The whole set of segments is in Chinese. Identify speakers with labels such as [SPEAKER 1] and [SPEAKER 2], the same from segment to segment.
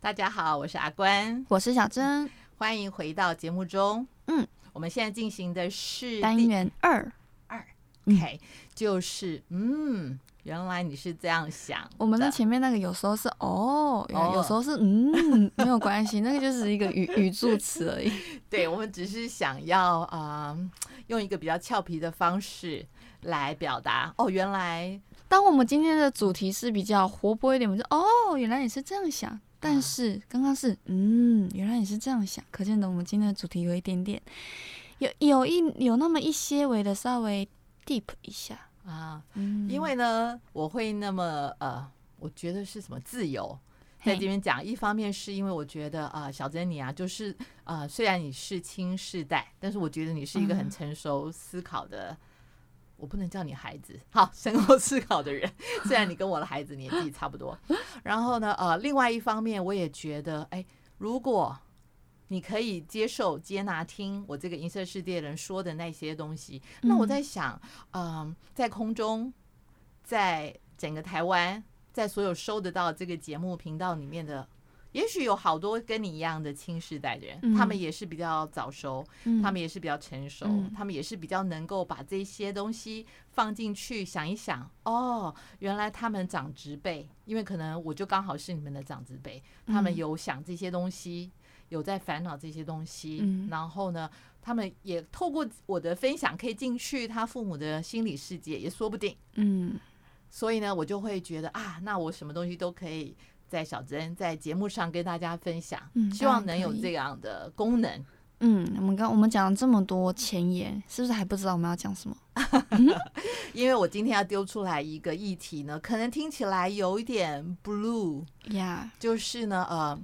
[SPEAKER 1] 大家好，我是阿关，
[SPEAKER 2] 我是小珍。
[SPEAKER 1] 欢迎回到节目中。
[SPEAKER 2] 嗯，
[SPEAKER 1] 我们现在进行的是
[SPEAKER 2] 单
[SPEAKER 1] 第
[SPEAKER 2] 元二，嗯
[SPEAKER 1] OK，就是嗯，原来你是这样想。
[SPEAKER 2] 我们的前面那个有时候是哦，原来
[SPEAKER 1] 哦
[SPEAKER 2] 有时候是嗯， 没有关系，那个就是一个语语助词而已。
[SPEAKER 1] 对，我们只是想要啊、呃用一个比较俏皮的方式来表达。哦，原来
[SPEAKER 2] 当我们今天的主题是比较活泼一点，我们就哦，原来你是这样想。
[SPEAKER 1] 啊
[SPEAKER 2] 但是刚刚是嗯，原来你是这样想，可见的我们今天的主题有一点点，有有一有那么一些微的稍微 deep 一下，
[SPEAKER 1] 啊、
[SPEAKER 2] 嗯，
[SPEAKER 1] 因为呢，我会那么呃，我觉得是什么自由。在
[SPEAKER 2] 嘿
[SPEAKER 1] 这边讲，一方面是因为我觉得啊、呃小珍你啊，就是呃，虽然你是青世代，但是我觉得你是一个很
[SPEAKER 2] 嗯
[SPEAKER 1] 成熟思考的，我不能叫你孩子，好，深后思考的人。虽然你跟我的孩子年纪差不 多，然后呢，呃，另外一方面，我也觉得，哎，如果你可以接受、接纳、听我这个银色世界人说的那些东西，那我
[SPEAKER 2] 嗯
[SPEAKER 1] 在想，嗯、在空中，在整个台湾，在所有收得到这个节目频道里面的，也许有好多跟你一样的青世代的人，他们
[SPEAKER 2] 嗯
[SPEAKER 1] 也是比较早熟，
[SPEAKER 2] 嗯
[SPEAKER 1] 他们也是比较成熟，
[SPEAKER 2] 嗯
[SPEAKER 1] 他们也是比较能够把这些东西放进去想一想。哦，原来他们长植辈，因为可能我就刚好是你们的长植辈，他们
[SPEAKER 2] 嗯
[SPEAKER 1] 有想这些东西，有在烦恼这些东西，
[SPEAKER 2] 嗯
[SPEAKER 1] 然后呢，他们也透过我的分享可以进去他父母的心理世界，也说不定。
[SPEAKER 2] 嗯
[SPEAKER 1] 所以呢，我就会觉得啊，那我什么东西都可以。在小珍在节目上跟大家分享，
[SPEAKER 2] 嗯
[SPEAKER 1] 希望
[SPEAKER 2] 当然
[SPEAKER 1] 能
[SPEAKER 2] 可
[SPEAKER 1] 有
[SPEAKER 2] 以
[SPEAKER 1] 这样的功能。
[SPEAKER 2] 嗯，我们刚我们讲了这么多前言，是不是还不知道我们要讲什么？
[SPEAKER 1] 因为我今天要丢出来一个议题呢，可能听起来有一点 blue，
[SPEAKER 2] 呀、
[SPEAKER 1] 就是呢，呃，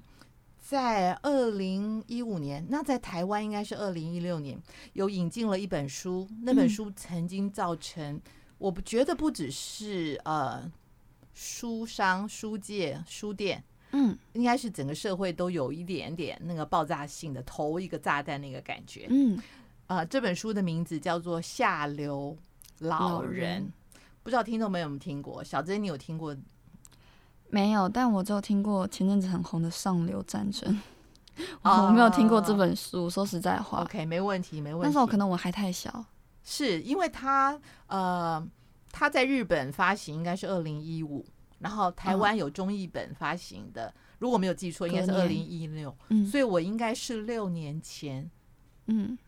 [SPEAKER 1] 在二零一五年，那在台湾应该是二零一六年，有引进了一本书，那本
[SPEAKER 2] 嗯
[SPEAKER 1] 书曾经造成，我不觉得不只是呃书商、书界、书店。
[SPEAKER 2] 嗯
[SPEAKER 1] 应该是整个社会都有一点点那个爆炸性的投一个炸弹那个感觉。
[SPEAKER 2] 嗯，
[SPEAKER 1] 呃，这本书的名字叫做《下流老
[SPEAKER 2] 老
[SPEAKER 1] 人》，
[SPEAKER 2] 人
[SPEAKER 1] 不知道听众朋友们有没有听过？小珍，你有听过？
[SPEAKER 2] 没有，但我只有听过前阵子很红的《上流战争》
[SPEAKER 1] 哦
[SPEAKER 2] 我没有听过这本书。说实在话
[SPEAKER 1] OK，没问题，没问题。
[SPEAKER 2] 那时候可能我还太小。
[SPEAKER 1] 是因为他呃，他在日本发行应该是二零一五，然后台湾有中译本发行的，如果没有记错，应该是
[SPEAKER 2] 嗯隔
[SPEAKER 1] 二
[SPEAKER 2] 年
[SPEAKER 1] 零一六，
[SPEAKER 2] 嗯
[SPEAKER 1] 所以我应该是六年前
[SPEAKER 2] 嗯，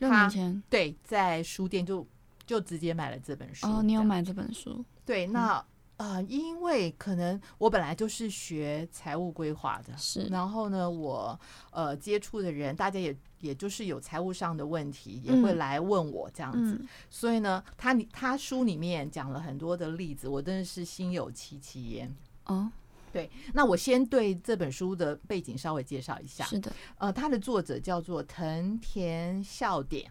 [SPEAKER 2] 六
[SPEAKER 1] 他
[SPEAKER 2] 年前
[SPEAKER 1] 对在书店就就直接买了这本书。
[SPEAKER 2] 哦，你有
[SPEAKER 1] 这样
[SPEAKER 2] 买这本书？
[SPEAKER 1] 对，那呃，因为可能我本来就是学财务规划的，
[SPEAKER 2] 是
[SPEAKER 1] 然后呢，我呃接触的人，大家也也就是有财务上的问题，也
[SPEAKER 2] 嗯
[SPEAKER 1] 会来问我这样子。
[SPEAKER 2] 嗯
[SPEAKER 1] 所以呢，他里他书里面讲了很多的例子，我真的是心有戚戚焉。
[SPEAKER 2] 哦，
[SPEAKER 1] 对，那我先对这本书的背景稍微介绍一下。
[SPEAKER 2] 是的，
[SPEAKER 1] 呃，它的作者叫做藤田孝典，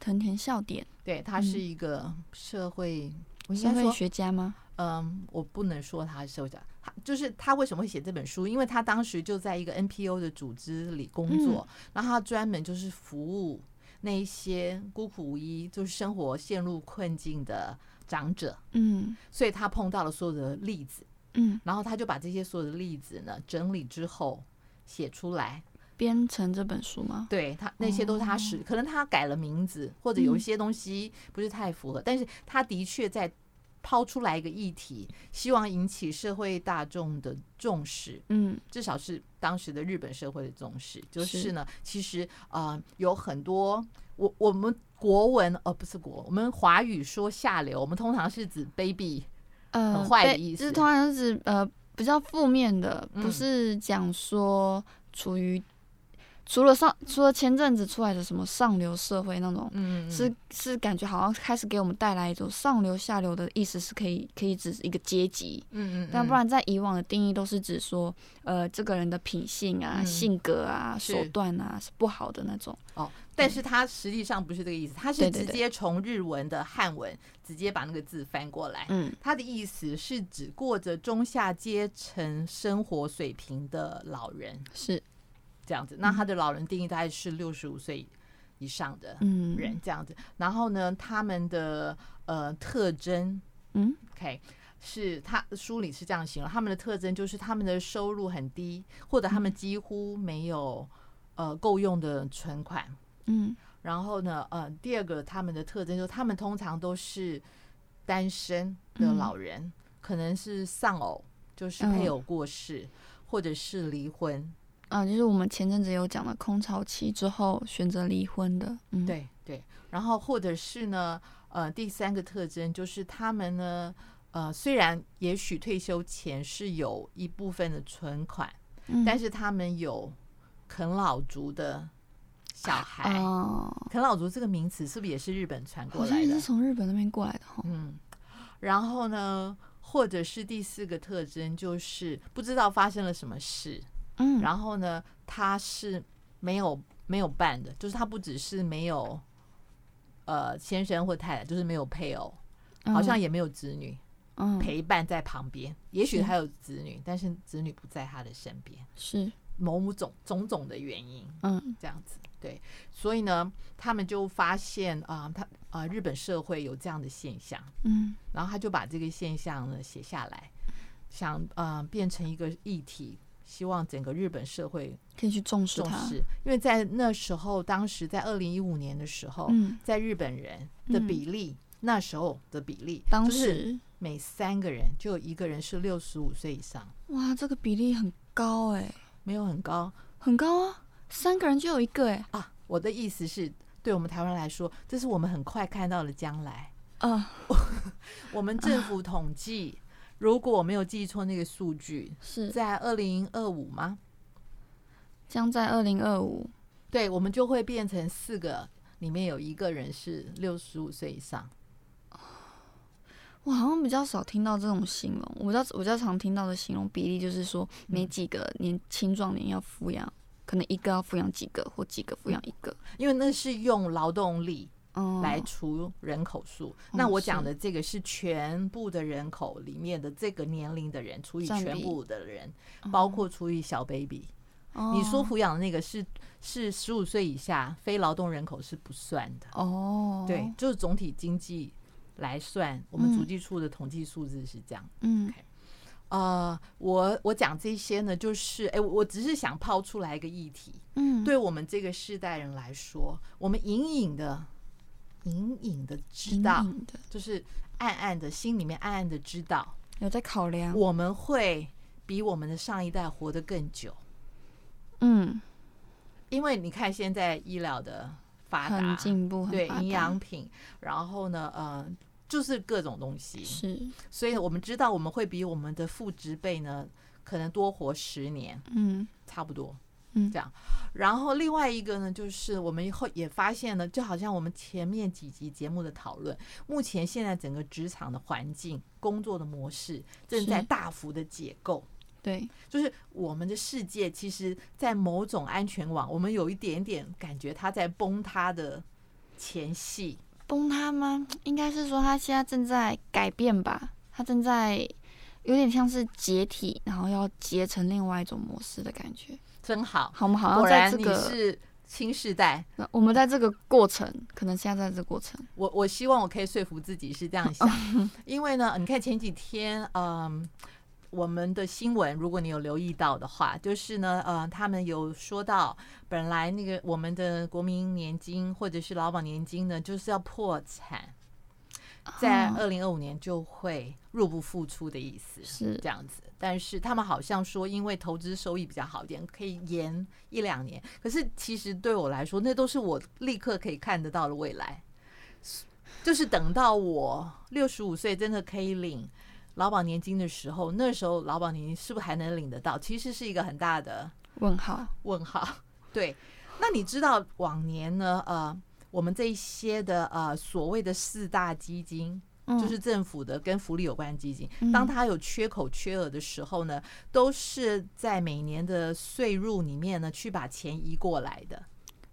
[SPEAKER 2] 藤田笑点
[SPEAKER 1] 对他是
[SPEAKER 2] 嗯
[SPEAKER 1] 一个社会，我应
[SPEAKER 2] 社
[SPEAKER 1] 该
[SPEAKER 2] 会
[SPEAKER 1] 说
[SPEAKER 2] 学家吗？
[SPEAKER 1] 嗯，我不能说他是社长，他就是他为什么会写这本书？因为他当时就在一个 NPO 的组织里工作，然后他专门就是服务那一些孤苦无依，就是生活陷入困境的长者，
[SPEAKER 2] 嗯
[SPEAKER 1] 所以他碰到了所有的例子，
[SPEAKER 2] 嗯，
[SPEAKER 1] 然后他就把这些所有的例子呢整理之后写出来。
[SPEAKER 2] 编成这本书吗？
[SPEAKER 1] 对他那些都是他使，可能他改了名字，或者有一
[SPEAKER 2] 嗯
[SPEAKER 1] 些东西不是太符合，但是他的确在抛出来一个议题，希望引起社会大众的重视，
[SPEAKER 2] 嗯
[SPEAKER 1] 至少是当时的日本社会的重视。就是
[SPEAKER 2] 是
[SPEAKER 1] 呢，其实呃有很多我我们国文呃不是国，我们华语说下流，我们通常是指卑鄙，
[SPEAKER 2] 呃，
[SPEAKER 1] 很坏的
[SPEAKER 2] 被
[SPEAKER 1] 意
[SPEAKER 2] 就是
[SPEAKER 1] 思
[SPEAKER 2] 通常是指呃比较负面的，不
[SPEAKER 1] 嗯
[SPEAKER 2] 是讲说处于除了上除了前阵子出来的什么上流社会那种，
[SPEAKER 1] 嗯
[SPEAKER 2] 是是感觉好像开始给我们带来一种上流下流的意思，是可以可以指一个阶级。
[SPEAKER 1] 嗯嗯，
[SPEAKER 2] 但不然，在以往的定义都是指说，呃，这个人的品性啊、
[SPEAKER 1] 嗯
[SPEAKER 2] 性格啊、
[SPEAKER 1] 是
[SPEAKER 2] 手段啊是不好的那种。
[SPEAKER 1] 哦，但是他实际上不是这个意思，他是
[SPEAKER 2] 对对
[SPEAKER 1] 直
[SPEAKER 2] 对
[SPEAKER 1] 接从日文的汉文直接把那个字翻过来。
[SPEAKER 2] 嗯
[SPEAKER 1] 他的意思是指过着中下阶层生活水平的老人
[SPEAKER 2] 是，
[SPEAKER 1] 这样子。
[SPEAKER 2] 嗯
[SPEAKER 1] 那他的老人定义大概是六十五岁以上的
[SPEAKER 2] 嗯，
[SPEAKER 1] 人这样子。然后呢，他们的呃特征
[SPEAKER 2] 嗯
[SPEAKER 1] ，OK，是他书里是这样形容，他们的特征就是他们的收入很低，或者他
[SPEAKER 2] 嗯
[SPEAKER 1] 们几乎没有呃够用的存款。
[SPEAKER 2] 嗯
[SPEAKER 1] 然后呢，呃，第二个他们的特征就是他们通常都是单身的老人，可能是丧偶，就是
[SPEAKER 2] 嗯
[SPEAKER 1] 配偶过世，或者是离婚。
[SPEAKER 2] 啊，就是我们前阵子有讲的空巢期之后选择离婚的，嗯，，
[SPEAKER 1] 对对，然后或者是呢，呃，第三个特征就是他们呢，呃，虽然也许退休前是有一部分的存款，
[SPEAKER 2] 嗯、
[SPEAKER 1] 但是他们有啃老族的小孩。
[SPEAKER 2] 哦，
[SPEAKER 1] 啃老族这个名词是不是也是日本传过
[SPEAKER 2] 好像
[SPEAKER 1] 来
[SPEAKER 2] 也
[SPEAKER 1] 的
[SPEAKER 2] 是？从日本那边过来的哈，
[SPEAKER 1] 嗯，然后呢，或者是第四个特征就是不知道发生了什么事，
[SPEAKER 2] 嗯，
[SPEAKER 1] 然后呢，他是没有没有伴的，就是他不只是没有呃先生或太太，就是没有配偶，
[SPEAKER 2] 嗯
[SPEAKER 1] 好像也没有子女、
[SPEAKER 2] 嗯
[SPEAKER 1] 陪伴在旁边，也许
[SPEAKER 2] 是
[SPEAKER 1] 他有子女，但是子女不在他的身边，
[SPEAKER 2] 是
[SPEAKER 1] 某某种种种的原因，
[SPEAKER 2] 嗯
[SPEAKER 1] 这样子。对，所以呢，他们就发现啊、他啊、日本社会有这样的现象，
[SPEAKER 2] 嗯
[SPEAKER 1] 然后他就把这个现象呢写下来，想呃变成一个议题，希望整个日本社会
[SPEAKER 2] 可以去重视
[SPEAKER 1] 重
[SPEAKER 2] 它，
[SPEAKER 1] 视。因为在那时候，当时在二零一五年的时候，
[SPEAKER 2] 嗯，
[SPEAKER 1] 在日本人的比例，那时候的比例，
[SPEAKER 2] 当
[SPEAKER 1] 就是
[SPEAKER 2] 时
[SPEAKER 1] 每三个人就有一个人是六十五岁以上，
[SPEAKER 2] 哇，这个比例很高哎、
[SPEAKER 1] 没有很高
[SPEAKER 2] 很高啊，三个人就有一个哎、
[SPEAKER 1] 啊。我的意思是。对我们台湾来说，这是我们很快看到的将来。
[SPEAKER 2] 啊，
[SPEAKER 1] 我们政府统计，如果我没有记错那个数据，
[SPEAKER 2] 是
[SPEAKER 1] 在二零二五吗？
[SPEAKER 2] 将在二零二五，
[SPEAKER 1] 对，我们就会变成四个里面有一个人是六十五岁以上。
[SPEAKER 2] 我好像比较少听到这种形容，我比较我比较常听到的形容比例就是说，
[SPEAKER 1] 嗯
[SPEAKER 2] 没几个年青壮年要抚养，可能一个要抚养几个，或几个抚养一个，
[SPEAKER 1] 因为那是用劳动力
[SPEAKER 2] 嗯，
[SPEAKER 1] 来除人口数，那
[SPEAKER 2] 嗯
[SPEAKER 1] 我
[SPEAKER 2] 是
[SPEAKER 1] 讲的这个是全部的人口里面的这个年龄的人除以
[SPEAKER 2] 占
[SPEAKER 1] 全
[SPEAKER 2] 比
[SPEAKER 1] 部的人，
[SPEAKER 2] 嗯
[SPEAKER 1] 包括除以小 baby。你
[SPEAKER 2] 哦
[SPEAKER 1] 说抚养的那个是是十五岁以下非劳动人口是不算的，
[SPEAKER 2] 哦，
[SPEAKER 1] 对，，就是总体经济来算，我们
[SPEAKER 2] 嗯
[SPEAKER 1] 主计处的统计数字是这样。
[SPEAKER 2] 嗯
[SPEAKER 1] 呃，我我讲这些呢，就是哎、我我只是想抛出来一个议题，
[SPEAKER 2] 嗯，
[SPEAKER 1] 对我们这个世代人来说，我们隐隐的、隐隐的知
[SPEAKER 2] 隐
[SPEAKER 1] 道，
[SPEAKER 2] 隐的
[SPEAKER 1] 就是暗暗的心里面暗暗的知道，
[SPEAKER 2] 有在考量，
[SPEAKER 1] 我们会比我们的上一代活得更久，
[SPEAKER 2] 嗯，
[SPEAKER 1] 因为你看现在医疗的发
[SPEAKER 2] 很
[SPEAKER 1] 达，
[SPEAKER 2] 进步，很
[SPEAKER 1] 对
[SPEAKER 2] 发达
[SPEAKER 1] 营养品，然后呢，呃，就是各种东西，
[SPEAKER 2] 是，
[SPEAKER 1] 所以我们知道我们会比我们的父职辈呢，可能多活十年。
[SPEAKER 2] 嗯
[SPEAKER 1] 差不多，
[SPEAKER 2] 嗯
[SPEAKER 1] 这样。然后另外一个呢，就是我们以后也发现了，就好像我们前面几集节目的讨论，目前现在整个职场的环境、工作的模式正在
[SPEAKER 2] 是
[SPEAKER 1] 大幅的解构，
[SPEAKER 2] 对，
[SPEAKER 1] 就是我们的世界其实，在某种安全网，我们有一点点感觉它在崩塌的前戏。
[SPEAKER 2] 崩塌吗？应该是说他现在正在改变吧，他正在有点像是解体，然后要结成另外一种模式的感觉。
[SPEAKER 1] 真好，
[SPEAKER 2] 好，我们好像
[SPEAKER 1] 果
[SPEAKER 2] 在
[SPEAKER 1] 然
[SPEAKER 2] 这
[SPEAKER 1] 你
[SPEAKER 2] 个，
[SPEAKER 1] 是新时代。
[SPEAKER 2] 那我们在这个过程，可能现在在这个过程，
[SPEAKER 1] 我我希望我可以说服自己是这样想， 因为呢，你看前几天，嗯，我们的新闻，如果你有留意到的话，就是呢，呃，他们有说到，本来那个我们的国民年金或者是劳保年金呢，就是要破产，在
[SPEAKER 2] 啊
[SPEAKER 1] 二零二五年就会入不敷出的意思，
[SPEAKER 2] 是
[SPEAKER 1] 这样子。但是他们好像说，因为投资收益比较好一点，可以延一两年。可是其实对我来说，那都是我立刻可以看得到的未来，就是等到我六十五岁真的可以领劳保年金的时候，那时候劳保年金是不是还能领得到？其实是一个很大的
[SPEAKER 2] 问号，
[SPEAKER 1] 问号。对，那你知道往年呢？呃，我们这一些的呃所谓的四大基金，
[SPEAKER 2] 嗯，
[SPEAKER 1] 就是政府的跟福利有关的基金，
[SPEAKER 2] 嗯
[SPEAKER 1] 当它有缺口、缺额的时候呢，都是在每年的税入里面呢去把钱移过来的，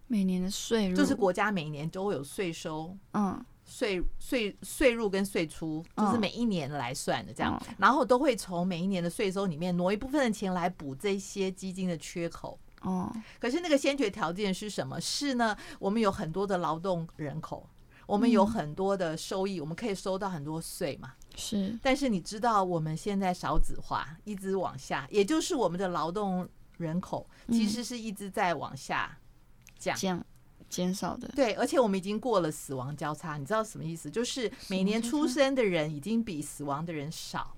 [SPEAKER 2] 每年的税入，
[SPEAKER 1] 就是国家每年都会有税收。
[SPEAKER 2] 嗯
[SPEAKER 1] 税税税入跟税出，
[SPEAKER 2] 嗯
[SPEAKER 1] 就是每一年来算的这样，
[SPEAKER 2] 嗯
[SPEAKER 1] 然后都会从每一年的税收里面挪一部分的钱来补这些基金的缺口。
[SPEAKER 2] 哦，
[SPEAKER 1] 可是那个先决条件是什么？是呢，我们有很多的劳动人口，我们有
[SPEAKER 2] 嗯
[SPEAKER 1] 很多的收益，我们可以收到很多税嘛。
[SPEAKER 2] 是
[SPEAKER 1] 但是你知道，我们现在少子化一直往下，也就是我们的劳动人口其
[SPEAKER 2] 嗯
[SPEAKER 1] 实是一直在往下降。
[SPEAKER 2] 这样减少的，
[SPEAKER 1] 对，而且我们已经过了死亡交叉，你知道什么意思？就是每
[SPEAKER 2] 亡
[SPEAKER 1] 年
[SPEAKER 2] 交
[SPEAKER 1] 出
[SPEAKER 2] 叉
[SPEAKER 1] 生的人已经比死亡的人少。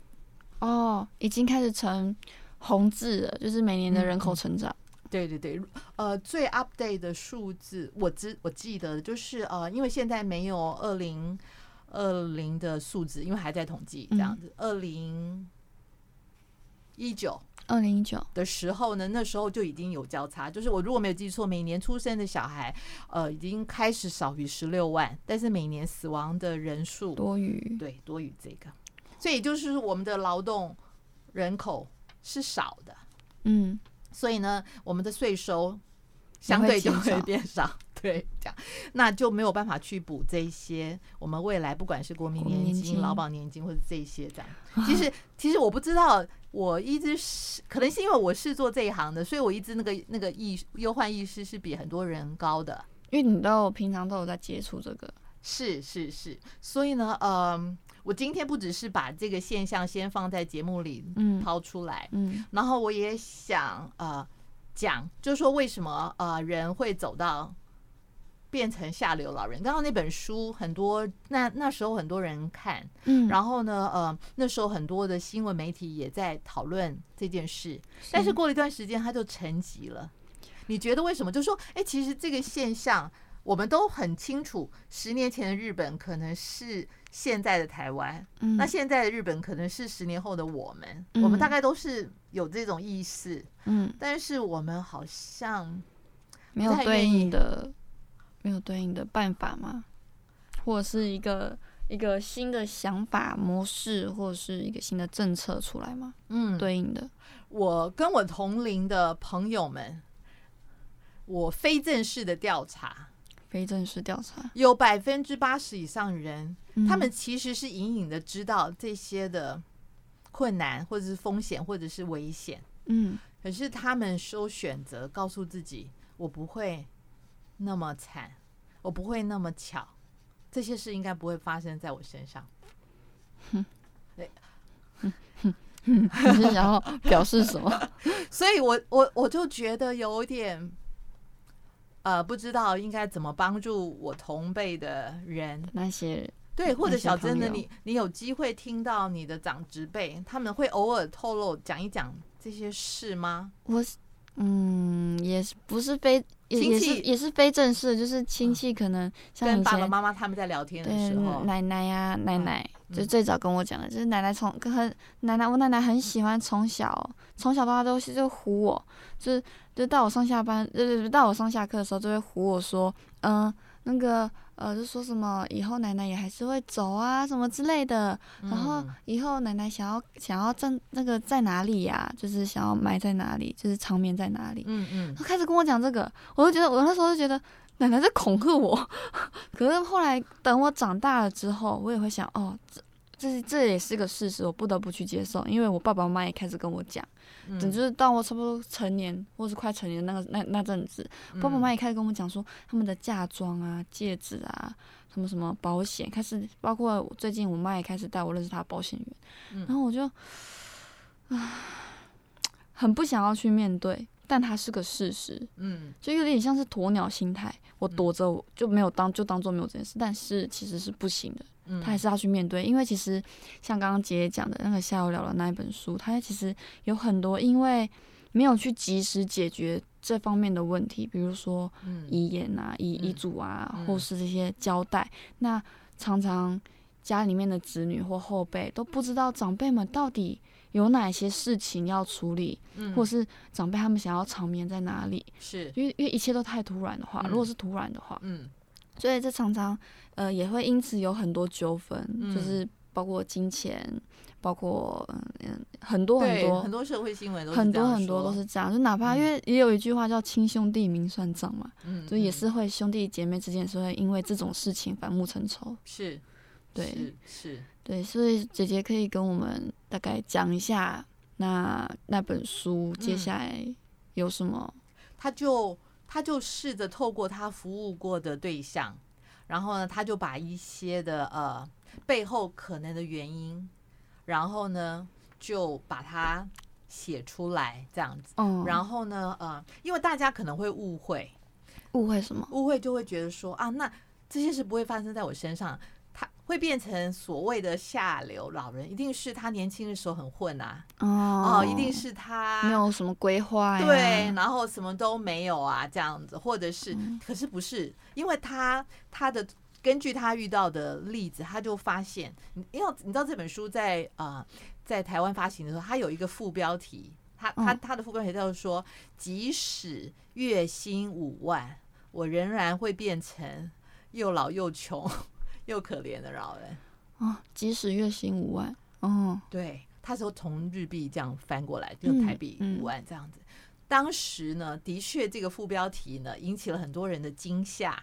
[SPEAKER 2] 哦，已经开始成红字了，就是每年的人口
[SPEAKER 1] 嗯
[SPEAKER 2] 成长。
[SPEAKER 1] 对对对，呃，最 update 的数字，我知我记得就是呃，因为现在没有二零二零的数字，因为还在统计这
[SPEAKER 2] 嗯
[SPEAKER 1] 样子。二零一九
[SPEAKER 2] 二零一九，
[SPEAKER 1] 的时候呢，那时候就已经有交叉，就是我如果没有记错，每年出生的小孩呃已经开始少于十六万，但是每年死亡的人数
[SPEAKER 2] 多余，
[SPEAKER 1] 对，多于这个，所以就是我们的劳动人口是少的，
[SPEAKER 2] 嗯，
[SPEAKER 1] 所以呢，我们的税收相对就会变少， 对，这样那就没有办法去补这一些我们未来不管是国民
[SPEAKER 2] 国民
[SPEAKER 1] 年
[SPEAKER 2] 年
[SPEAKER 1] 金、
[SPEAKER 2] 金
[SPEAKER 1] 劳保年金或者这一些这样。 其实其实我不知道，我一直是可能是因为我是做这一行的，所以我一直那个那个意忧患意识是比很多人高的。
[SPEAKER 2] 因为你都有平常都有在接触这个，
[SPEAKER 1] 是是是，所以呢，嗯，我今天不只是把这个现象先放在节目里
[SPEAKER 2] 嗯
[SPEAKER 1] 抛出来，
[SPEAKER 2] 嗯
[SPEAKER 1] 然后我也想呃讲，就是说为什么呃人会走到变成下流老人。刚刚那本书很多，那那时候很多人看，
[SPEAKER 2] 嗯后
[SPEAKER 1] 然后呢，呃，那时候很多的新闻媒体也在讨论这件事，但是过了一段时间，它就沉寂了。你觉得为什么？就说，哎、其实这个现象我们都很清楚，十年前的日本可能是现在的台湾，
[SPEAKER 2] 嗯
[SPEAKER 1] 那现在的日本可能是十年后的我们，我们大
[SPEAKER 2] 嗯
[SPEAKER 1] 概都是有这种意识，
[SPEAKER 2] 嗯
[SPEAKER 1] 但是我们好像
[SPEAKER 2] 没有
[SPEAKER 1] 太
[SPEAKER 2] 对
[SPEAKER 1] 愿
[SPEAKER 2] 应
[SPEAKER 1] 意
[SPEAKER 2] 的没有对应的办法吗？或者是一个一个新的想法模式，或者是一个新的政策出来吗？
[SPEAKER 1] 嗯，
[SPEAKER 2] 对应的，
[SPEAKER 1] 我跟我同龄的朋友们，我非正式的调查，
[SPEAKER 2] 非正式调查，
[SPEAKER 1] 有百分之八十以上人
[SPEAKER 2] 嗯
[SPEAKER 1] 他们其实是隐隐的知道这些的困难，或者是风险，或者是危险，
[SPEAKER 2] 嗯
[SPEAKER 1] 可是他们都选择告诉自己，我不会那么惨，我不会那么巧，这些事应该不会发生在我身上。
[SPEAKER 2] 你是想要表示什么？
[SPEAKER 1] 所以我我我就觉得有点，呃，不知道应该怎么帮助我同辈的人
[SPEAKER 2] 那些
[SPEAKER 1] 对，或
[SPEAKER 2] 那
[SPEAKER 1] 者
[SPEAKER 2] 些
[SPEAKER 1] 小真的
[SPEAKER 2] 朋友
[SPEAKER 1] 你，你有机会听到你的长职辈，他们会偶尔透露讲一讲这些事吗？
[SPEAKER 2] 我是嗯，也是不是非也
[SPEAKER 1] 亲
[SPEAKER 2] 也
[SPEAKER 1] 戚嗯
[SPEAKER 2] 是也是非正式，就是亲戚可能像
[SPEAKER 1] 跟
[SPEAKER 2] 以
[SPEAKER 1] 爸爸
[SPEAKER 2] 前
[SPEAKER 1] 妈妈他们在聊天的
[SPEAKER 2] 对
[SPEAKER 1] 时候，
[SPEAKER 2] 奶奶呀、奶
[SPEAKER 1] 嗯
[SPEAKER 2] 奶，就
[SPEAKER 1] 嗯
[SPEAKER 2] 最早跟我讲的，就是奶奶从跟很奶奶，我奶奶很喜欢从小从小爸爸都是就唬我，就是就到我上下班，对对对，到我上下课的时候就会唬我说，嗯、那个呃，就说什么以后奶奶也还是会走啊什么之类的，
[SPEAKER 1] 嗯
[SPEAKER 2] 然后以后奶奶想要想要站那个在哪里呀、就是想要埋在哪里，就是长眠在哪里，
[SPEAKER 1] 嗯嗯
[SPEAKER 2] 他开始跟我讲这个，我就觉得我那时候就觉得奶奶在恐吓我。 可是后来等我长大了之后，我也会想，哦，这这这也是个事实，我不得不去接受，因为我爸爸妈妈也开始跟我讲。
[SPEAKER 1] 嗯，
[SPEAKER 2] 等就是到我差不多成年或是快成年那个那那阵子，爸爸妈妈
[SPEAKER 1] 嗯
[SPEAKER 2] 也开始跟我讲说他们的嫁妆啊、戒指啊、什么什么保险，开始包括我最近我妈也开始带我认识她的保险员，
[SPEAKER 1] 嗯
[SPEAKER 2] 然后我就，唉，很不想要去面对，但它是个事实，
[SPEAKER 1] 嗯
[SPEAKER 2] 就有点像是鸵鸟心态，我躲着我就没有当就当做没有这件事，但是其实是不行的，
[SPEAKER 1] 嗯，
[SPEAKER 2] 他还是要去面对，因为其实像刚刚姐姐讲的那个下午聊的那一本书，它其实有很多因为没有去及时解决这方面的问题，比如说
[SPEAKER 1] 嗯
[SPEAKER 2] 遗言啊、遗遗
[SPEAKER 1] 嗯
[SPEAKER 2] 嘱啊，
[SPEAKER 1] 嗯
[SPEAKER 2] 或是这些交代，那常常家里面的子女或后辈都不知道长辈们到底有哪些事情要处理，
[SPEAKER 1] 嗯
[SPEAKER 2] 或是长辈他们想要长眠在哪里，
[SPEAKER 1] 是
[SPEAKER 2] 因为因为一切都太突然的话，
[SPEAKER 1] 嗯
[SPEAKER 2] 如果是突然的话，
[SPEAKER 1] 嗯
[SPEAKER 2] 所以这常常呃也会因此有很多纠纷，
[SPEAKER 1] 嗯
[SPEAKER 2] 就是包括金钱，包括嗯嗯很多很
[SPEAKER 1] 对
[SPEAKER 2] 多
[SPEAKER 1] 很多社会新闻都是
[SPEAKER 2] 很
[SPEAKER 1] 这
[SPEAKER 2] 多
[SPEAKER 1] 样
[SPEAKER 2] 很多都
[SPEAKER 1] 说
[SPEAKER 2] 是这样，就哪怕
[SPEAKER 1] 嗯
[SPEAKER 2] 因为也有一句话叫亲兄弟明算账嘛，
[SPEAKER 1] 嗯
[SPEAKER 2] 就也
[SPEAKER 1] 嗯
[SPEAKER 2] 是会兄弟姐妹之间也是会因为这种事情反目成仇，
[SPEAKER 1] 是
[SPEAKER 2] 对
[SPEAKER 1] 是是
[SPEAKER 2] 对，所以姐姐可以跟我们大概讲一下那那本书接
[SPEAKER 1] 嗯
[SPEAKER 2] 下来有什么，
[SPEAKER 1] 他就他就试着透过他服务过的对象，然后呢，他就把一些的呃背后可能的原因，然后呢就把它写出来这样子。
[SPEAKER 2] 嗯，
[SPEAKER 1] 然后呢，呃，因为大家可能会误会，
[SPEAKER 2] 误会什么？
[SPEAKER 1] 误会就会觉得说啊，那这些事不会发生在我身上，他会变成所谓的下流老人，一定是他年轻的时候很混啊，
[SPEAKER 2] 哦
[SPEAKER 1] 哦，一定是他
[SPEAKER 2] 没有什么规划呀。
[SPEAKER 1] 对，，然后什么都没有啊，这样子，或者是，
[SPEAKER 2] 嗯
[SPEAKER 1] 可是不是，因为他他的根据他遇到的例子，他就发现，你因为你知道这本书在啊、呃在台湾发行的时候，它有一个副标题，它它
[SPEAKER 2] 嗯
[SPEAKER 1] 它的副标题叫做说，即使月薪五万，我仍然会变成又老又穷 又可怜的老人。
[SPEAKER 2] 哦，即使月薪五万，哦，
[SPEAKER 1] 对，他时候从日币这样翻过来，就
[SPEAKER 2] 嗯
[SPEAKER 1] 台币
[SPEAKER 2] 嗯
[SPEAKER 1] 五万这样子。当时呢，的确这个副标题呢引起了很多人的惊吓，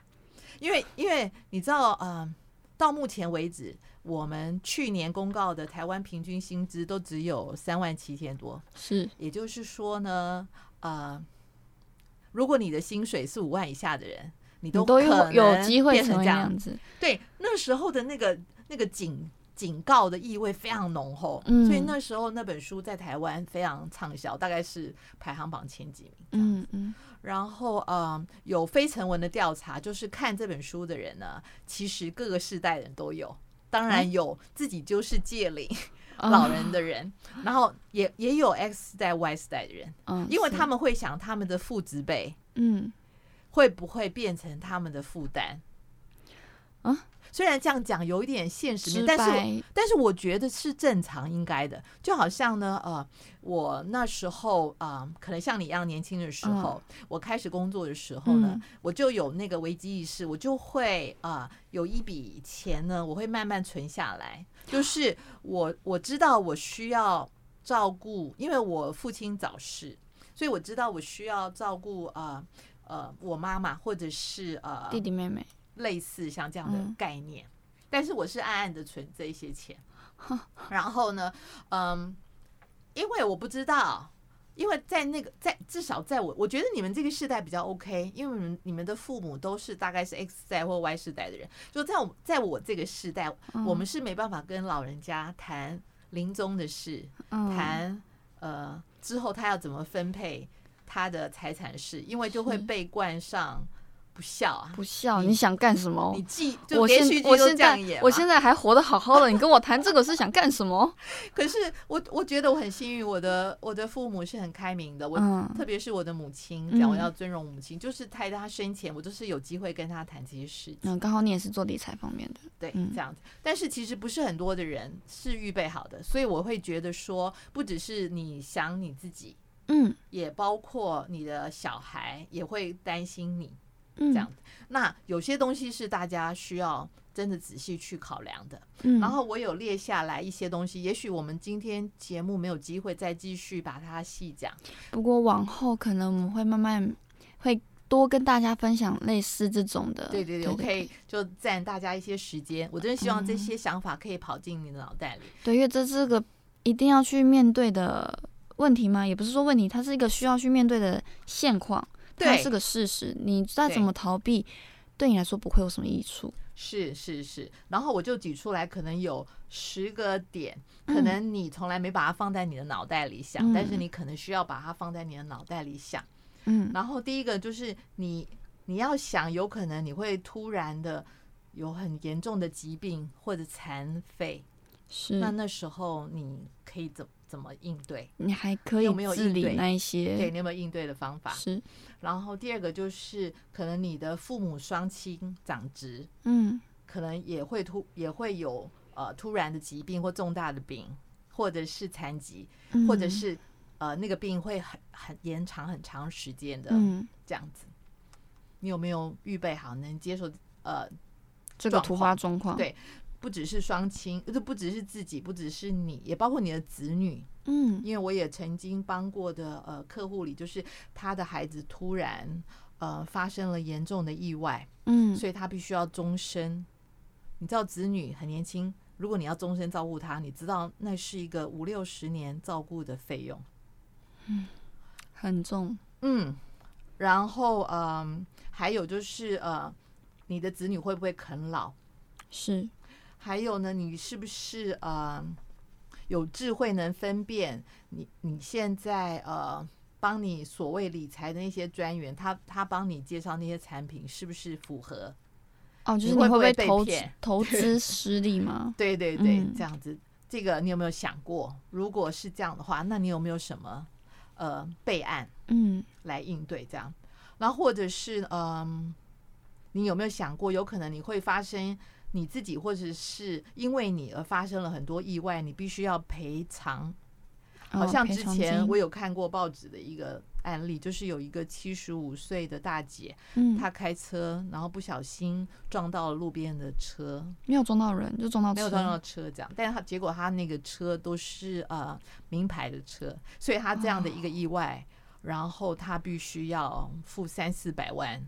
[SPEAKER 1] 因为因为你知道，嗯、到目前为止，我们去年公告的台湾平均薪资都只有三万七千多，
[SPEAKER 2] 是
[SPEAKER 1] 也就是说呢，呃，如果你的薪水是五万以下的人，你都
[SPEAKER 2] 你都
[SPEAKER 1] 可
[SPEAKER 2] 有有
[SPEAKER 1] 能
[SPEAKER 2] 机会
[SPEAKER 1] 变
[SPEAKER 2] 成
[SPEAKER 1] 成
[SPEAKER 2] 为
[SPEAKER 1] 这
[SPEAKER 2] 那
[SPEAKER 1] 样
[SPEAKER 2] 样子。
[SPEAKER 1] 对，那时候的那个那个警警告的意味非常浓厚，
[SPEAKER 2] 嗯
[SPEAKER 1] 所以那时候那本书在台湾非常畅销，大概是排行榜前几名。
[SPEAKER 2] 嗯嗯，
[SPEAKER 1] 然后，嗯，有非成文的调查，就是看这本书的人呢，其实各个世代人都有。当然有自己就是借领
[SPEAKER 2] 哦
[SPEAKER 1] 老人的人，然后也也有 X 世代 Y 世代的人，
[SPEAKER 2] 嗯，
[SPEAKER 1] 因为
[SPEAKER 2] 是
[SPEAKER 1] 他们会想他们的父子辈
[SPEAKER 2] 嗯
[SPEAKER 1] 会不会变成他们的负担
[SPEAKER 2] 啊？
[SPEAKER 1] 虽然这样讲有一点现实面
[SPEAKER 2] 直，
[SPEAKER 1] 但是我
[SPEAKER 2] 白
[SPEAKER 1] 但是我觉得是正常应该的。就好像呢，呃，我那时候啊、呃可能像你一样年轻的时候，我开始工作的时候呢，
[SPEAKER 2] 嗯
[SPEAKER 1] 我就有那个危机意识，我就会啊、呃有一笔钱呢，我会慢慢存下来，就是我我知道我需要照顾，因为我父亲早逝，所以我知道我需要照顾啊。呃呃，我妈妈或者是呃
[SPEAKER 2] 弟弟妹妹，
[SPEAKER 1] 类似像这样的
[SPEAKER 2] 嗯
[SPEAKER 1] 概念，但是我是暗暗的存这一些 钱，然后呢，嗯，因为我不知道，因为在那个在至少在我我觉得你们这个世代比较 OK，因为你们你们的父母都是大概是 X 世代或 Y 世代的人，就在我在我这个世代，
[SPEAKER 2] 嗯
[SPEAKER 1] 我们是没办法跟老人家谈临终的事，
[SPEAKER 2] 嗯
[SPEAKER 1] 谈呃之后他要怎么分配他的财产事，因为就会
[SPEAKER 2] 是
[SPEAKER 1] 被冠上不孝啊。
[SPEAKER 2] 不孝，
[SPEAKER 1] 你
[SPEAKER 2] 你想干什么
[SPEAKER 1] 你？记就
[SPEAKER 2] 哦我
[SPEAKER 1] 连
[SPEAKER 2] 现
[SPEAKER 1] 续剧
[SPEAKER 2] 我
[SPEAKER 1] 都
[SPEAKER 2] 现
[SPEAKER 1] 这样
[SPEAKER 2] 在
[SPEAKER 1] 演
[SPEAKER 2] 我
[SPEAKER 1] 嘛
[SPEAKER 2] 现在还活得好好的，你跟我谈这个是想干什么？
[SPEAKER 1] 可是我我觉得我很幸运，我的我的父母是很开明 的，我、
[SPEAKER 2] 嗯
[SPEAKER 1] 特别是我的母亲，讲我
[SPEAKER 2] 嗯
[SPEAKER 1] 要尊荣母亲，就是在她生前，我都是有机会跟她谈这些事情，
[SPEAKER 2] 嗯，刚好你也是做理财方面的，
[SPEAKER 1] 对，
[SPEAKER 2] 嗯
[SPEAKER 1] 这样子。但是其实不是很多的人是预备好的，所以我会觉得说，不只是你想你自己，
[SPEAKER 2] 嗯
[SPEAKER 1] 也包括你的小孩也会担心你，
[SPEAKER 2] 嗯，
[SPEAKER 1] 这样那有些东西是大家需要真的仔细去考量的。
[SPEAKER 2] 嗯，
[SPEAKER 1] 然后我有列下来一些东西，也许我们今天节目没有机会再继续把它细讲。
[SPEAKER 2] 不过往后可能我们会慢慢会多跟大家分享类似这种的，
[SPEAKER 1] 对对对，我可
[SPEAKER 2] 对嗯
[SPEAKER 1] 以就占大家一些时间。我真的希望这些想法可以跑进你的脑袋里。
[SPEAKER 2] 对，因为这是个一定要去面对的问题嘛，也不是说问题，它是一个需要去面对的现况，它
[SPEAKER 1] 对
[SPEAKER 2] 是个事实，你再
[SPEAKER 1] 对
[SPEAKER 2] 怎么逃避，对你来说不会有什么益处。
[SPEAKER 1] 是是是，然后我就举出来，可能有十个点，可
[SPEAKER 2] 嗯
[SPEAKER 1] 能你从来没把它放在你的脑袋里想，但是
[SPEAKER 2] 嗯
[SPEAKER 1] 你可能需要把它放在你的脑袋里想。
[SPEAKER 2] 嗯，
[SPEAKER 1] 然后第一个就是你你要想，有可能你会突然的有很严重的疾病或者残废，
[SPEAKER 2] 是
[SPEAKER 1] 那那时候你可以怎怎么应对？
[SPEAKER 2] 你还可以
[SPEAKER 1] 有没有
[SPEAKER 2] 治
[SPEAKER 1] 应对
[SPEAKER 2] 理那一
[SPEAKER 1] 对，
[SPEAKER 2] 些，
[SPEAKER 1] 你有没有应对的方法？
[SPEAKER 2] 是，
[SPEAKER 1] 然后第二个就是，可能你的父母双亲长直，
[SPEAKER 2] 嗯
[SPEAKER 1] 可能也会突也会有呃突然的疾病或重大的病，或者是残疾，
[SPEAKER 2] 嗯，
[SPEAKER 1] 或者是呃那个病会很很延长很长时间的、
[SPEAKER 2] 嗯
[SPEAKER 1] 这样子。你有没有预备好能接受？呃，
[SPEAKER 2] 这个
[SPEAKER 1] 状
[SPEAKER 2] 突
[SPEAKER 1] 况
[SPEAKER 2] 发状况，
[SPEAKER 1] 对不只是双亲，就不只是自己，不只是你，也包括你的子女。
[SPEAKER 2] 嗯
[SPEAKER 1] 因为我也曾经帮过的呃客户里，就是他的孩子突然呃发生了严重的意外，
[SPEAKER 2] 嗯，
[SPEAKER 1] 所以他必须要终身。你知道子女很年轻，如果你要终身照顾他，你知道那是一个五六十年照顾的费用。
[SPEAKER 2] 很重，
[SPEAKER 1] 嗯，然后呃嗯，还有就是呃，你的子女会不会啃老？
[SPEAKER 2] 是
[SPEAKER 1] 还有呢，你是不是呃有智慧能分辨你你现在呃帮你所谓理财的那些专员，他他帮你介绍那些产品是不是符合？
[SPEAKER 2] 哦，就是
[SPEAKER 1] 你
[SPEAKER 2] 你
[SPEAKER 1] 会
[SPEAKER 2] 会
[SPEAKER 1] 不会
[SPEAKER 2] 会
[SPEAKER 1] 被
[SPEAKER 2] 投资
[SPEAKER 1] 骗
[SPEAKER 2] 投资失利吗？
[SPEAKER 1] 对对对，
[SPEAKER 2] 嗯
[SPEAKER 1] 这样子，这个你有没有想过？如果是这样的话，那你有没有什么呃备案？
[SPEAKER 2] 嗯
[SPEAKER 1] 来应对这样。然后或者是嗯，你有没有想过，有可能你会发生你自己，或者是因为你而发生了很多意外，你必须要赔偿。
[SPEAKER 2] 哦
[SPEAKER 1] 好像
[SPEAKER 2] 赔
[SPEAKER 1] 之
[SPEAKER 2] 偿
[SPEAKER 1] 前
[SPEAKER 2] 金
[SPEAKER 1] 我有看过报纸的一个案例，就是有一个七十五岁的大姐，
[SPEAKER 2] 嗯，
[SPEAKER 1] 她开车然后不小心撞到了路边的车，
[SPEAKER 2] 没有撞到人，就撞到
[SPEAKER 1] 没有
[SPEAKER 2] 车，
[SPEAKER 1] 撞到车这样，但是他结果他那个车都是呃名牌的车，所以他这样的
[SPEAKER 2] 哦
[SPEAKER 1] 一个意外，然后他必须要付三四百万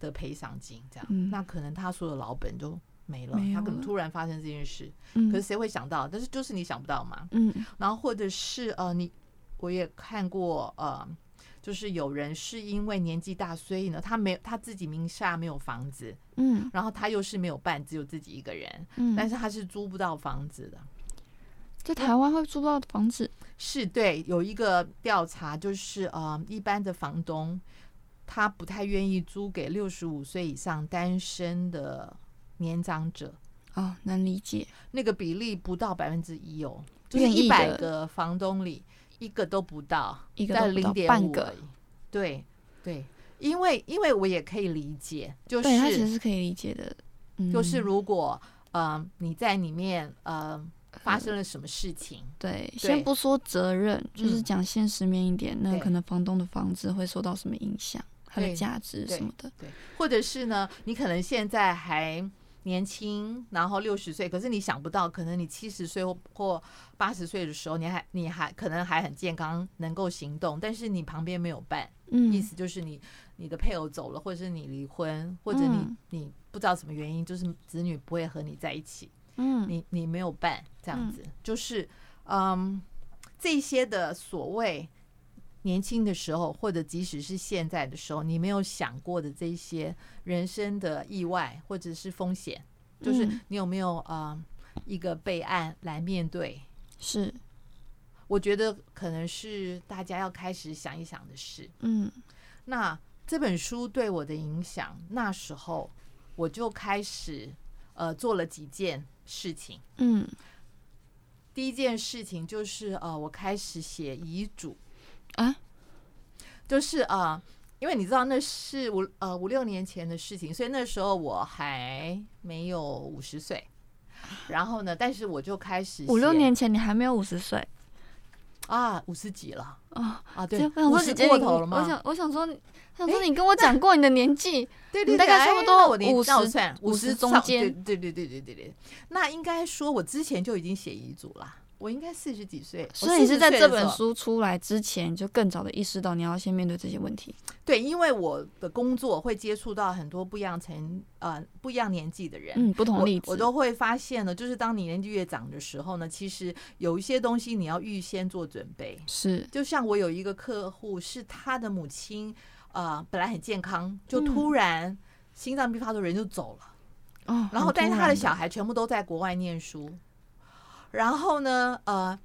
[SPEAKER 1] 的赔偿金，这样，
[SPEAKER 2] 嗯
[SPEAKER 1] 那可能他所有老本就没了，
[SPEAKER 2] 没有
[SPEAKER 1] 他可能
[SPEAKER 2] 了
[SPEAKER 1] 突然发生这件事，
[SPEAKER 2] 嗯
[SPEAKER 1] 可是谁会想到？但是就是你想不到嘛。
[SPEAKER 2] 嗯
[SPEAKER 1] 然后或者是呃，你我也看过呃。就是有人是因为年纪大，所以呢，他没他自己名下没有房子，
[SPEAKER 2] 嗯
[SPEAKER 1] 然后他又是没有伴，只有自己一个人，
[SPEAKER 2] 嗯，
[SPEAKER 1] 但是他是租不到房子的。
[SPEAKER 2] 在台湾会租到房子，
[SPEAKER 1] 是对，有一个调查就是，呃，一般的房东他不太愿意租给六十五岁以上单身的年长者，
[SPEAKER 2] 哦，能理解，
[SPEAKER 1] 那个比例不到百分之一哦，就是
[SPEAKER 2] 愿
[SPEAKER 1] 一
[SPEAKER 2] 意的
[SPEAKER 1] 百个房东里一个都不到，
[SPEAKER 2] 一个
[SPEAKER 1] 在
[SPEAKER 2] 都不
[SPEAKER 1] 零
[SPEAKER 2] 到
[SPEAKER 1] 点
[SPEAKER 2] 半
[SPEAKER 1] 五
[SPEAKER 2] 个，，
[SPEAKER 1] 对对，因为因为我也可以理解，就
[SPEAKER 2] 对他其
[SPEAKER 1] 是
[SPEAKER 2] 实是可以理解的，嗯、
[SPEAKER 1] 就是如果呃你在里面呃发生了什么事情，
[SPEAKER 2] 对，先不说责任，就是
[SPEAKER 1] 嗯
[SPEAKER 2] 讲现实面一点，那
[SPEAKER 1] 对
[SPEAKER 2] 可能房东的房子会受到什么影响，它
[SPEAKER 1] 对
[SPEAKER 2] 的价值
[SPEAKER 1] 对
[SPEAKER 2] 什么的，
[SPEAKER 1] 对，或者是呢，你可能现在还年轻，然后六十岁，可是你想不到，可能你七十岁或或八十岁的时候，你还你还可能还很健康，能够行动，但是你旁边没有伴，意
[SPEAKER 2] 嗯，
[SPEAKER 1] 思就是你你的配偶走了，或者是你离婚，或者你、
[SPEAKER 2] 嗯
[SPEAKER 1] 你不知道什么原因，就是子女不会和你在一起，
[SPEAKER 2] 嗯，
[SPEAKER 1] 你你没有伴，这样
[SPEAKER 2] 嗯
[SPEAKER 1] 子、就是嗯，这些的所谓年轻的时候，或者即使是现在的时候，你没有想过的这些人生的意外或者是风险，就是
[SPEAKER 2] 嗯
[SPEAKER 1] 你有没有嗯一个备案来面对？
[SPEAKER 2] 是，
[SPEAKER 1] 我觉得可能是大家要开始想一想的事。
[SPEAKER 2] 嗯
[SPEAKER 1] 那这本书对我的影响，那时候我就开始呃做了几件事情。
[SPEAKER 2] 嗯
[SPEAKER 1] 第一件事情就是呃，我开始写遗嘱，
[SPEAKER 2] 啊，
[SPEAKER 1] 就是呃，因为你知道那是五呃五六年前的事情，所以那时候我还没有五十岁。然后呢，但是啊我就开始
[SPEAKER 2] 五六
[SPEAKER 1] 写
[SPEAKER 2] 年前你还没有五十岁
[SPEAKER 1] 啊，五十几了
[SPEAKER 2] 哦，
[SPEAKER 1] 啊，
[SPEAKER 2] 就
[SPEAKER 1] 对，
[SPEAKER 2] 我想
[SPEAKER 1] 五
[SPEAKER 2] 说
[SPEAKER 1] 十
[SPEAKER 2] 姐姐
[SPEAKER 1] 过
[SPEAKER 2] 你
[SPEAKER 1] 头了
[SPEAKER 2] 我
[SPEAKER 1] 吗？
[SPEAKER 2] 想我想说你，我想说你跟我讲过你的年 纪，
[SPEAKER 1] 对对对，
[SPEAKER 2] 大概
[SPEAKER 1] 哎
[SPEAKER 2] 差不多
[SPEAKER 1] 那我年
[SPEAKER 2] 50
[SPEAKER 1] 那我算五
[SPEAKER 2] 50
[SPEAKER 1] 十
[SPEAKER 2] 中间，
[SPEAKER 1] 对对对对对对对。那应该说，我之前就已经写遗嘱啦，我应该四十几岁，我
[SPEAKER 2] 所以你是
[SPEAKER 1] 40
[SPEAKER 2] 在
[SPEAKER 1] 岁
[SPEAKER 2] 这
[SPEAKER 1] 的时
[SPEAKER 2] 本
[SPEAKER 1] 候
[SPEAKER 2] 书出来之前就更早的意识到你要先面对这些问题。
[SPEAKER 1] 对，因为我的工作会接触到很多不一样层呃不一样年纪的人。
[SPEAKER 2] 嗯，不同
[SPEAKER 1] 我
[SPEAKER 2] 例子，
[SPEAKER 1] 我都会发现呢，就是当你年纪越长的时候呢，其实有一些东西你要预先做准备。
[SPEAKER 2] 是
[SPEAKER 1] 就像我有一个客户，是他的母亲，呃，本来很健康，
[SPEAKER 2] 嗯
[SPEAKER 1] 就突然心脏病发作，人就走了。
[SPEAKER 2] 哦。
[SPEAKER 1] 然后，
[SPEAKER 2] 很
[SPEAKER 1] 但是
[SPEAKER 2] 突
[SPEAKER 1] 他的
[SPEAKER 2] 然
[SPEAKER 1] 小孩全部都在国外念书。然后呢，呃，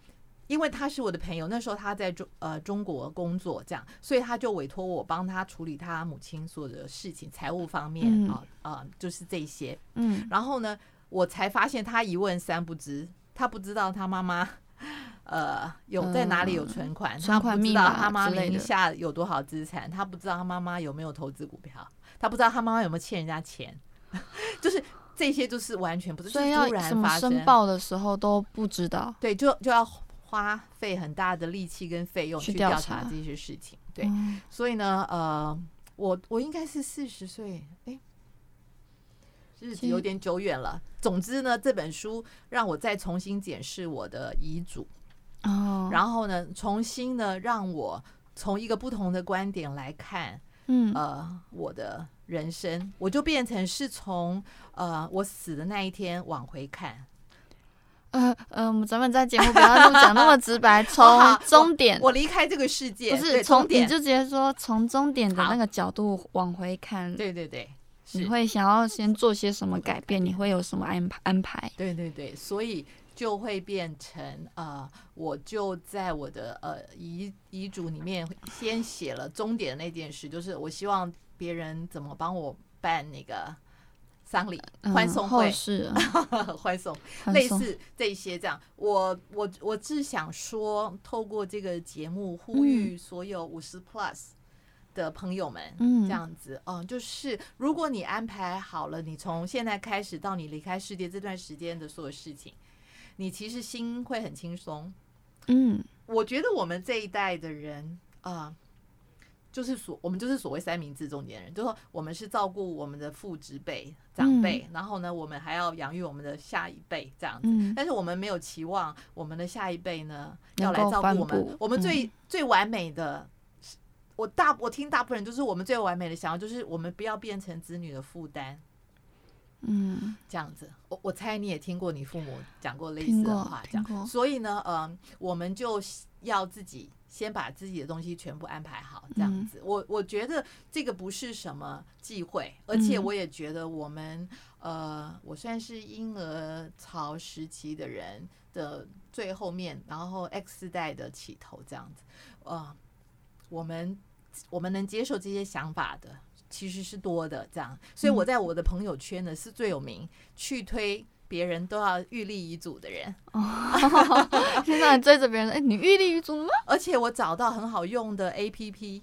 [SPEAKER 1] 因为他是我的朋友，那时候他在中呃中国工作，这样，所以他就委托我帮他处理他母亲所有的事情，财务方面
[SPEAKER 2] 嗯
[SPEAKER 1] 啊啊、呃就是这些。
[SPEAKER 2] 嗯
[SPEAKER 1] 然后呢，我才发现他一问三不知，他不知道他妈妈。呃，有在哪里有存款？
[SPEAKER 2] 嗯存
[SPEAKER 1] 他
[SPEAKER 2] 款
[SPEAKER 1] 不知
[SPEAKER 2] 密
[SPEAKER 1] 道
[SPEAKER 2] 码
[SPEAKER 1] 他妈
[SPEAKER 2] 之类
[SPEAKER 1] 名
[SPEAKER 2] 的
[SPEAKER 1] 下有多少资产，他不知道他妈妈有没有投资股票，他不知道他妈妈有没有欠人家钱， 就是这些就是完全不知，
[SPEAKER 2] 所
[SPEAKER 1] 就
[SPEAKER 2] 以
[SPEAKER 1] 是
[SPEAKER 2] 要
[SPEAKER 1] 突
[SPEAKER 2] 什
[SPEAKER 1] 然
[SPEAKER 2] 么
[SPEAKER 1] 发
[SPEAKER 2] 申
[SPEAKER 1] 生，
[SPEAKER 2] 报的时候都不知道。
[SPEAKER 1] 对，就就要花费很大的力气跟费用
[SPEAKER 2] 去
[SPEAKER 1] 去
[SPEAKER 2] 调
[SPEAKER 1] 调查
[SPEAKER 2] 查
[SPEAKER 1] 这些事情，对，
[SPEAKER 2] 嗯
[SPEAKER 1] 所以呢，呃，我我应该是四十岁，哎，日子
[SPEAKER 2] 其实
[SPEAKER 1] 有点久远了。总之呢，这本书让我再重新检视我的遗嘱，
[SPEAKER 2] 哦，
[SPEAKER 1] 然后呢，重新呢让我从一个不同的观点来看，
[SPEAKER 2] 嗯
[SPEAKER 1] 呃，我的人生，我就变成是从呃我死的那一天往回看。
[SPEAKER 2] 呃呃，我们咱们在节目不要这么讲那么直 白，从
[SPEAKER 1] 好
[SPEAKER 2] 终点
[SPEAKER 1] 我离开这个世界，
[SPEAKER 2] 不
[SPEAKER 1] 对
[SPEAKER 2] 是
[SPEAKER 1] 终
[SPEAKER 2] 从你
[SPEAKER 1] 点
[SPEAKER 2] 就，直接说从终点的
[SPEAKER 1] 好
[SPEAKER 2] 那个角度往回看。
[SPEAKER 1] 对对对，
[SPEAKER 2] 你
[SPEAKER 1] 是
[SPEAKER 2] 会想要先做些什么改变？你会有什么安排安排？
[SPEAKER 1] 对对对，所以就会变成呃，我就在我的呃遗遗嘱里面先写了终点的那件事，就是我希望别人怎么帮我办那个丧礼、
[SPEAKER 2] 嗯
[SPEAKER 1] 欢送
[SPEAKER 2] 后
[SPEAKER 1] 会、
[SPEAKER 2] 事啊，
[SPEAKER 1] 欢送，
[SPEAKER 2] 欢
[SPEAKER 1] 类
[SPEAKER 2] 送
[SPEAKER 1] 似这些这样。我我我只想说，透过这个节目
[SPEAKER 2] 嗯
[SPEAKER 1] 呼吁所有五十 plus 的朋友们，
[SPEAKER 2] 嗯
[SPEAKER 1] 这样子，嗯，就是如果你安排好了，你从现在开始到你离开世界这段时间的所有事情，你其实心会很轻松。
[SPEAKER 2] 嗯
[SPEAKER 1] 我觉得我们这一代的人啊、就是所我们就是所谓三明治中间人，就是说我们是照顾我们的父职辈、长辈，然后呢，我们还要养育我们的下一辈这样子。
[SPEAKER 2] 嗯
[SPEAKER 1] 但是我们没有期望我们的下一辈呢要
[SPEAKER 2] 能
[SPEAKER 1] 来
[SPEAKER 2] 够
[SPEAKER 1] 照
[SPEAKER 2] 反
[SPEAKER 1] 顾我们
[SPEAKER 2] 哺。嗯
[SPEAKER 1] 我们最、最完美的，我大我听大部分人就是我们最完美的想要，就是我们不要变成子女的负担
[SPEAKER 2] 嗯，
[SPEAKER 1] 这样子。我我猜你也听过你父母讲过类似
[SPEAKER 2] 听
[SPEAKER 1] 的
[SPEAKER 2] 过
[SPEAKER 1] 话，这
[SPEAKER 2] 听
[SPEAKER 1] 样。
[SPEAKER 2] 过，
[SPEAKER 1] 所以呢，嗯，我们就要自己先把自己的东西全部安排好，这样
[SPEAKER 2] 嗯
[SPEAKER 1] 子。我我觉得这个不是什么忌讳，而且
[SPEAKER 2] 嗯
[SPEAKER 1] 我也觉得我们，呃，我算是婴儿潮时期的人的最后面，然后 X 世代的起头这样子，呃，我们我们能接受这些想法的。其实是多的，这样，所以
[SPEAKER 2] 嗯
[SPEAKER 1] 我在我的朋友圈呢是最有名，去推别人都要预立遗嘱的人，
[SPEAKER 2] 现在追着别人，哎、你欲立于足吗？
[SPEAKER 1] 而且我找到很好用的 A P P，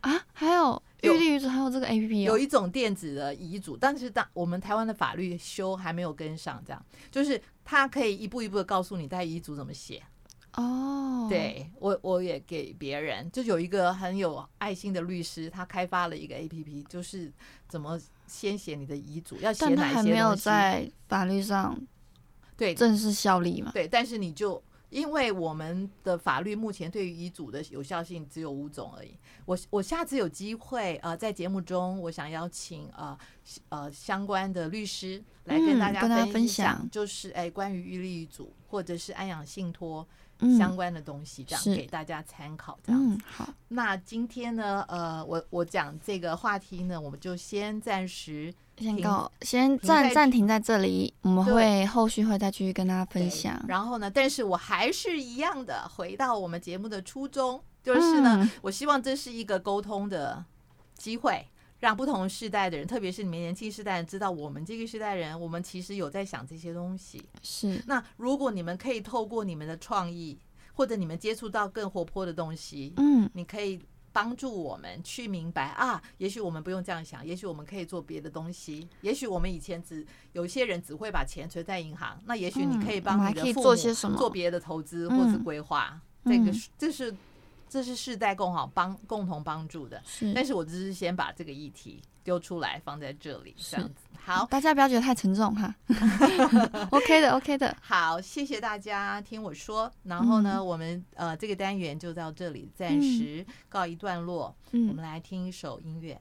[SPEAKER 2] 啊，还有欲
[SPEAKER 1] 有
[SPEAKER 2] 立于足，还有这个 A P P
[SPEAKER 1] 有
[SPEAKER 2] 哦，
[SPEAKER 1] 一种电子的遗嘱，但是当我们台湾的法律修还没有跟上，这样就是它可以一步一步的告诉你在遗嘱怎么写。
[SPEAKER 2] 哦，，
[SPEAKER 1] 对我，我也给别人，就有一个很有爱心的律师，他开发了一个 A P P，就是怎么先写你的遗嘱，要写
[SPEAKER 2] 但他
[SPEAKER 1] 哪
[SPEAKER 2] 还
[SPEAKER 1] 些
[SPEAKER 2] 没有
[SPEAKER 1] 东西。
[SPEAKER 2] 在法律上
[SPEAKER 1] 对
[SPEAKER 2] 正式效力嘛？
[SPEAKER 1] 对，但是你就因为我们的法律目前对于遗嘱的有效性只有五种而已。我我下次有机会呃，在节目中我想邀请呃是呃相关的律师来跟
[SPEAKER 2] 嗯
[SPEAKER 1] 大家
[SPEAKER 2] 跟大家
[SPEAKER 1] 分
[SPEAKER 2] 分
[SPEAKER 1] 享
[SPEAKER 2] 享
[SPEAKER 1] 就是哎关于预立遗嘱或者是安养信托相
[SPEAKER 2] 嗯
[SPEAKER 1] 关的东西，这样
[SPEAKER 2] 是
[SPEAKER 1] 给大家参考这样子。
[SPEAKER 2] 嗯，好，
[SPEAKER 1] 那今天呢，呃，我我讲这个话题呢，我们就先暂时
[SPEAKER 2] 先
[SPEAKER 1] 停
[SPEAKER 2] 告，先
[SPEAKER 1] 停
[SPEAKER 2] 暂
[SPEAKER 1] 在
[SPEAKER 2] 暂停在这里，我们
[SPEAKER 1] 对
[SPEAKER 2] 会后续会再继续跟大家
[SPEAKER 1] 对
[SPEAKER 2] 分享。
[SPEAKER 1] 然后呢，但是我还是一样的回到我们节目的初衷，就是呢，
[SPEAKER 2] 嗯
[SPEAKER 1] 我希望这是一个沟通的机会。让不同世代的人，特别是你们年轻世代人，知道我们这个世代人，我们其实有在想这些东西。
[SPEAKER 2] 是，
[SPEAKER 1] 那如果你们可以透过你们的创意，或者你们接触到更活泼的东西，
[SPEAKER 2] 嗯
[SPEAKER 1] 你可以帮助我们去明白啊，也许我们不用这样想，也许我们可以做别的东西，也许我们以前只有一些人只会把钱存在银行，那也许你可以
[SPEAKER 2] 嗯我们
[SPEAKER 1] 帮
[SPEAKER 2] 还
[SPEAKER 1] 你的
[SPEAKER 2] 可以
[SPEAKER 1] 父母
[SPEAKER 2] 做些什么
[SPEAKER 1] 做别的投资或是
[SPEAKER 2] 嗯
[SPEAKER 1] 规划，这个
[SPEAKER 2] 嗯
[SPEAKER 1] 是这是这是世代共好帮共同帮助的。
[SPEAKER 2] 是，
[SPEAKER 1] 但是我只是先把这个议题丢出来放在这里，这
[SPEAKER 2] 是
[SPEAKER 1] 样子好。
[SPEAKER 2] 大家不要觉得太沉 重哈，OK 的，OK 的，
[SPEAKER 1] 好，谢谢大家听我说。
[SPEAKER 2] 嗯
[SPEAKER 1] 然后呢，我们呃这个单元就到这里暂时告一段落。我
[SPEAKER 2] 嗯
[SPEAKER 1] 们。来听一首音乐。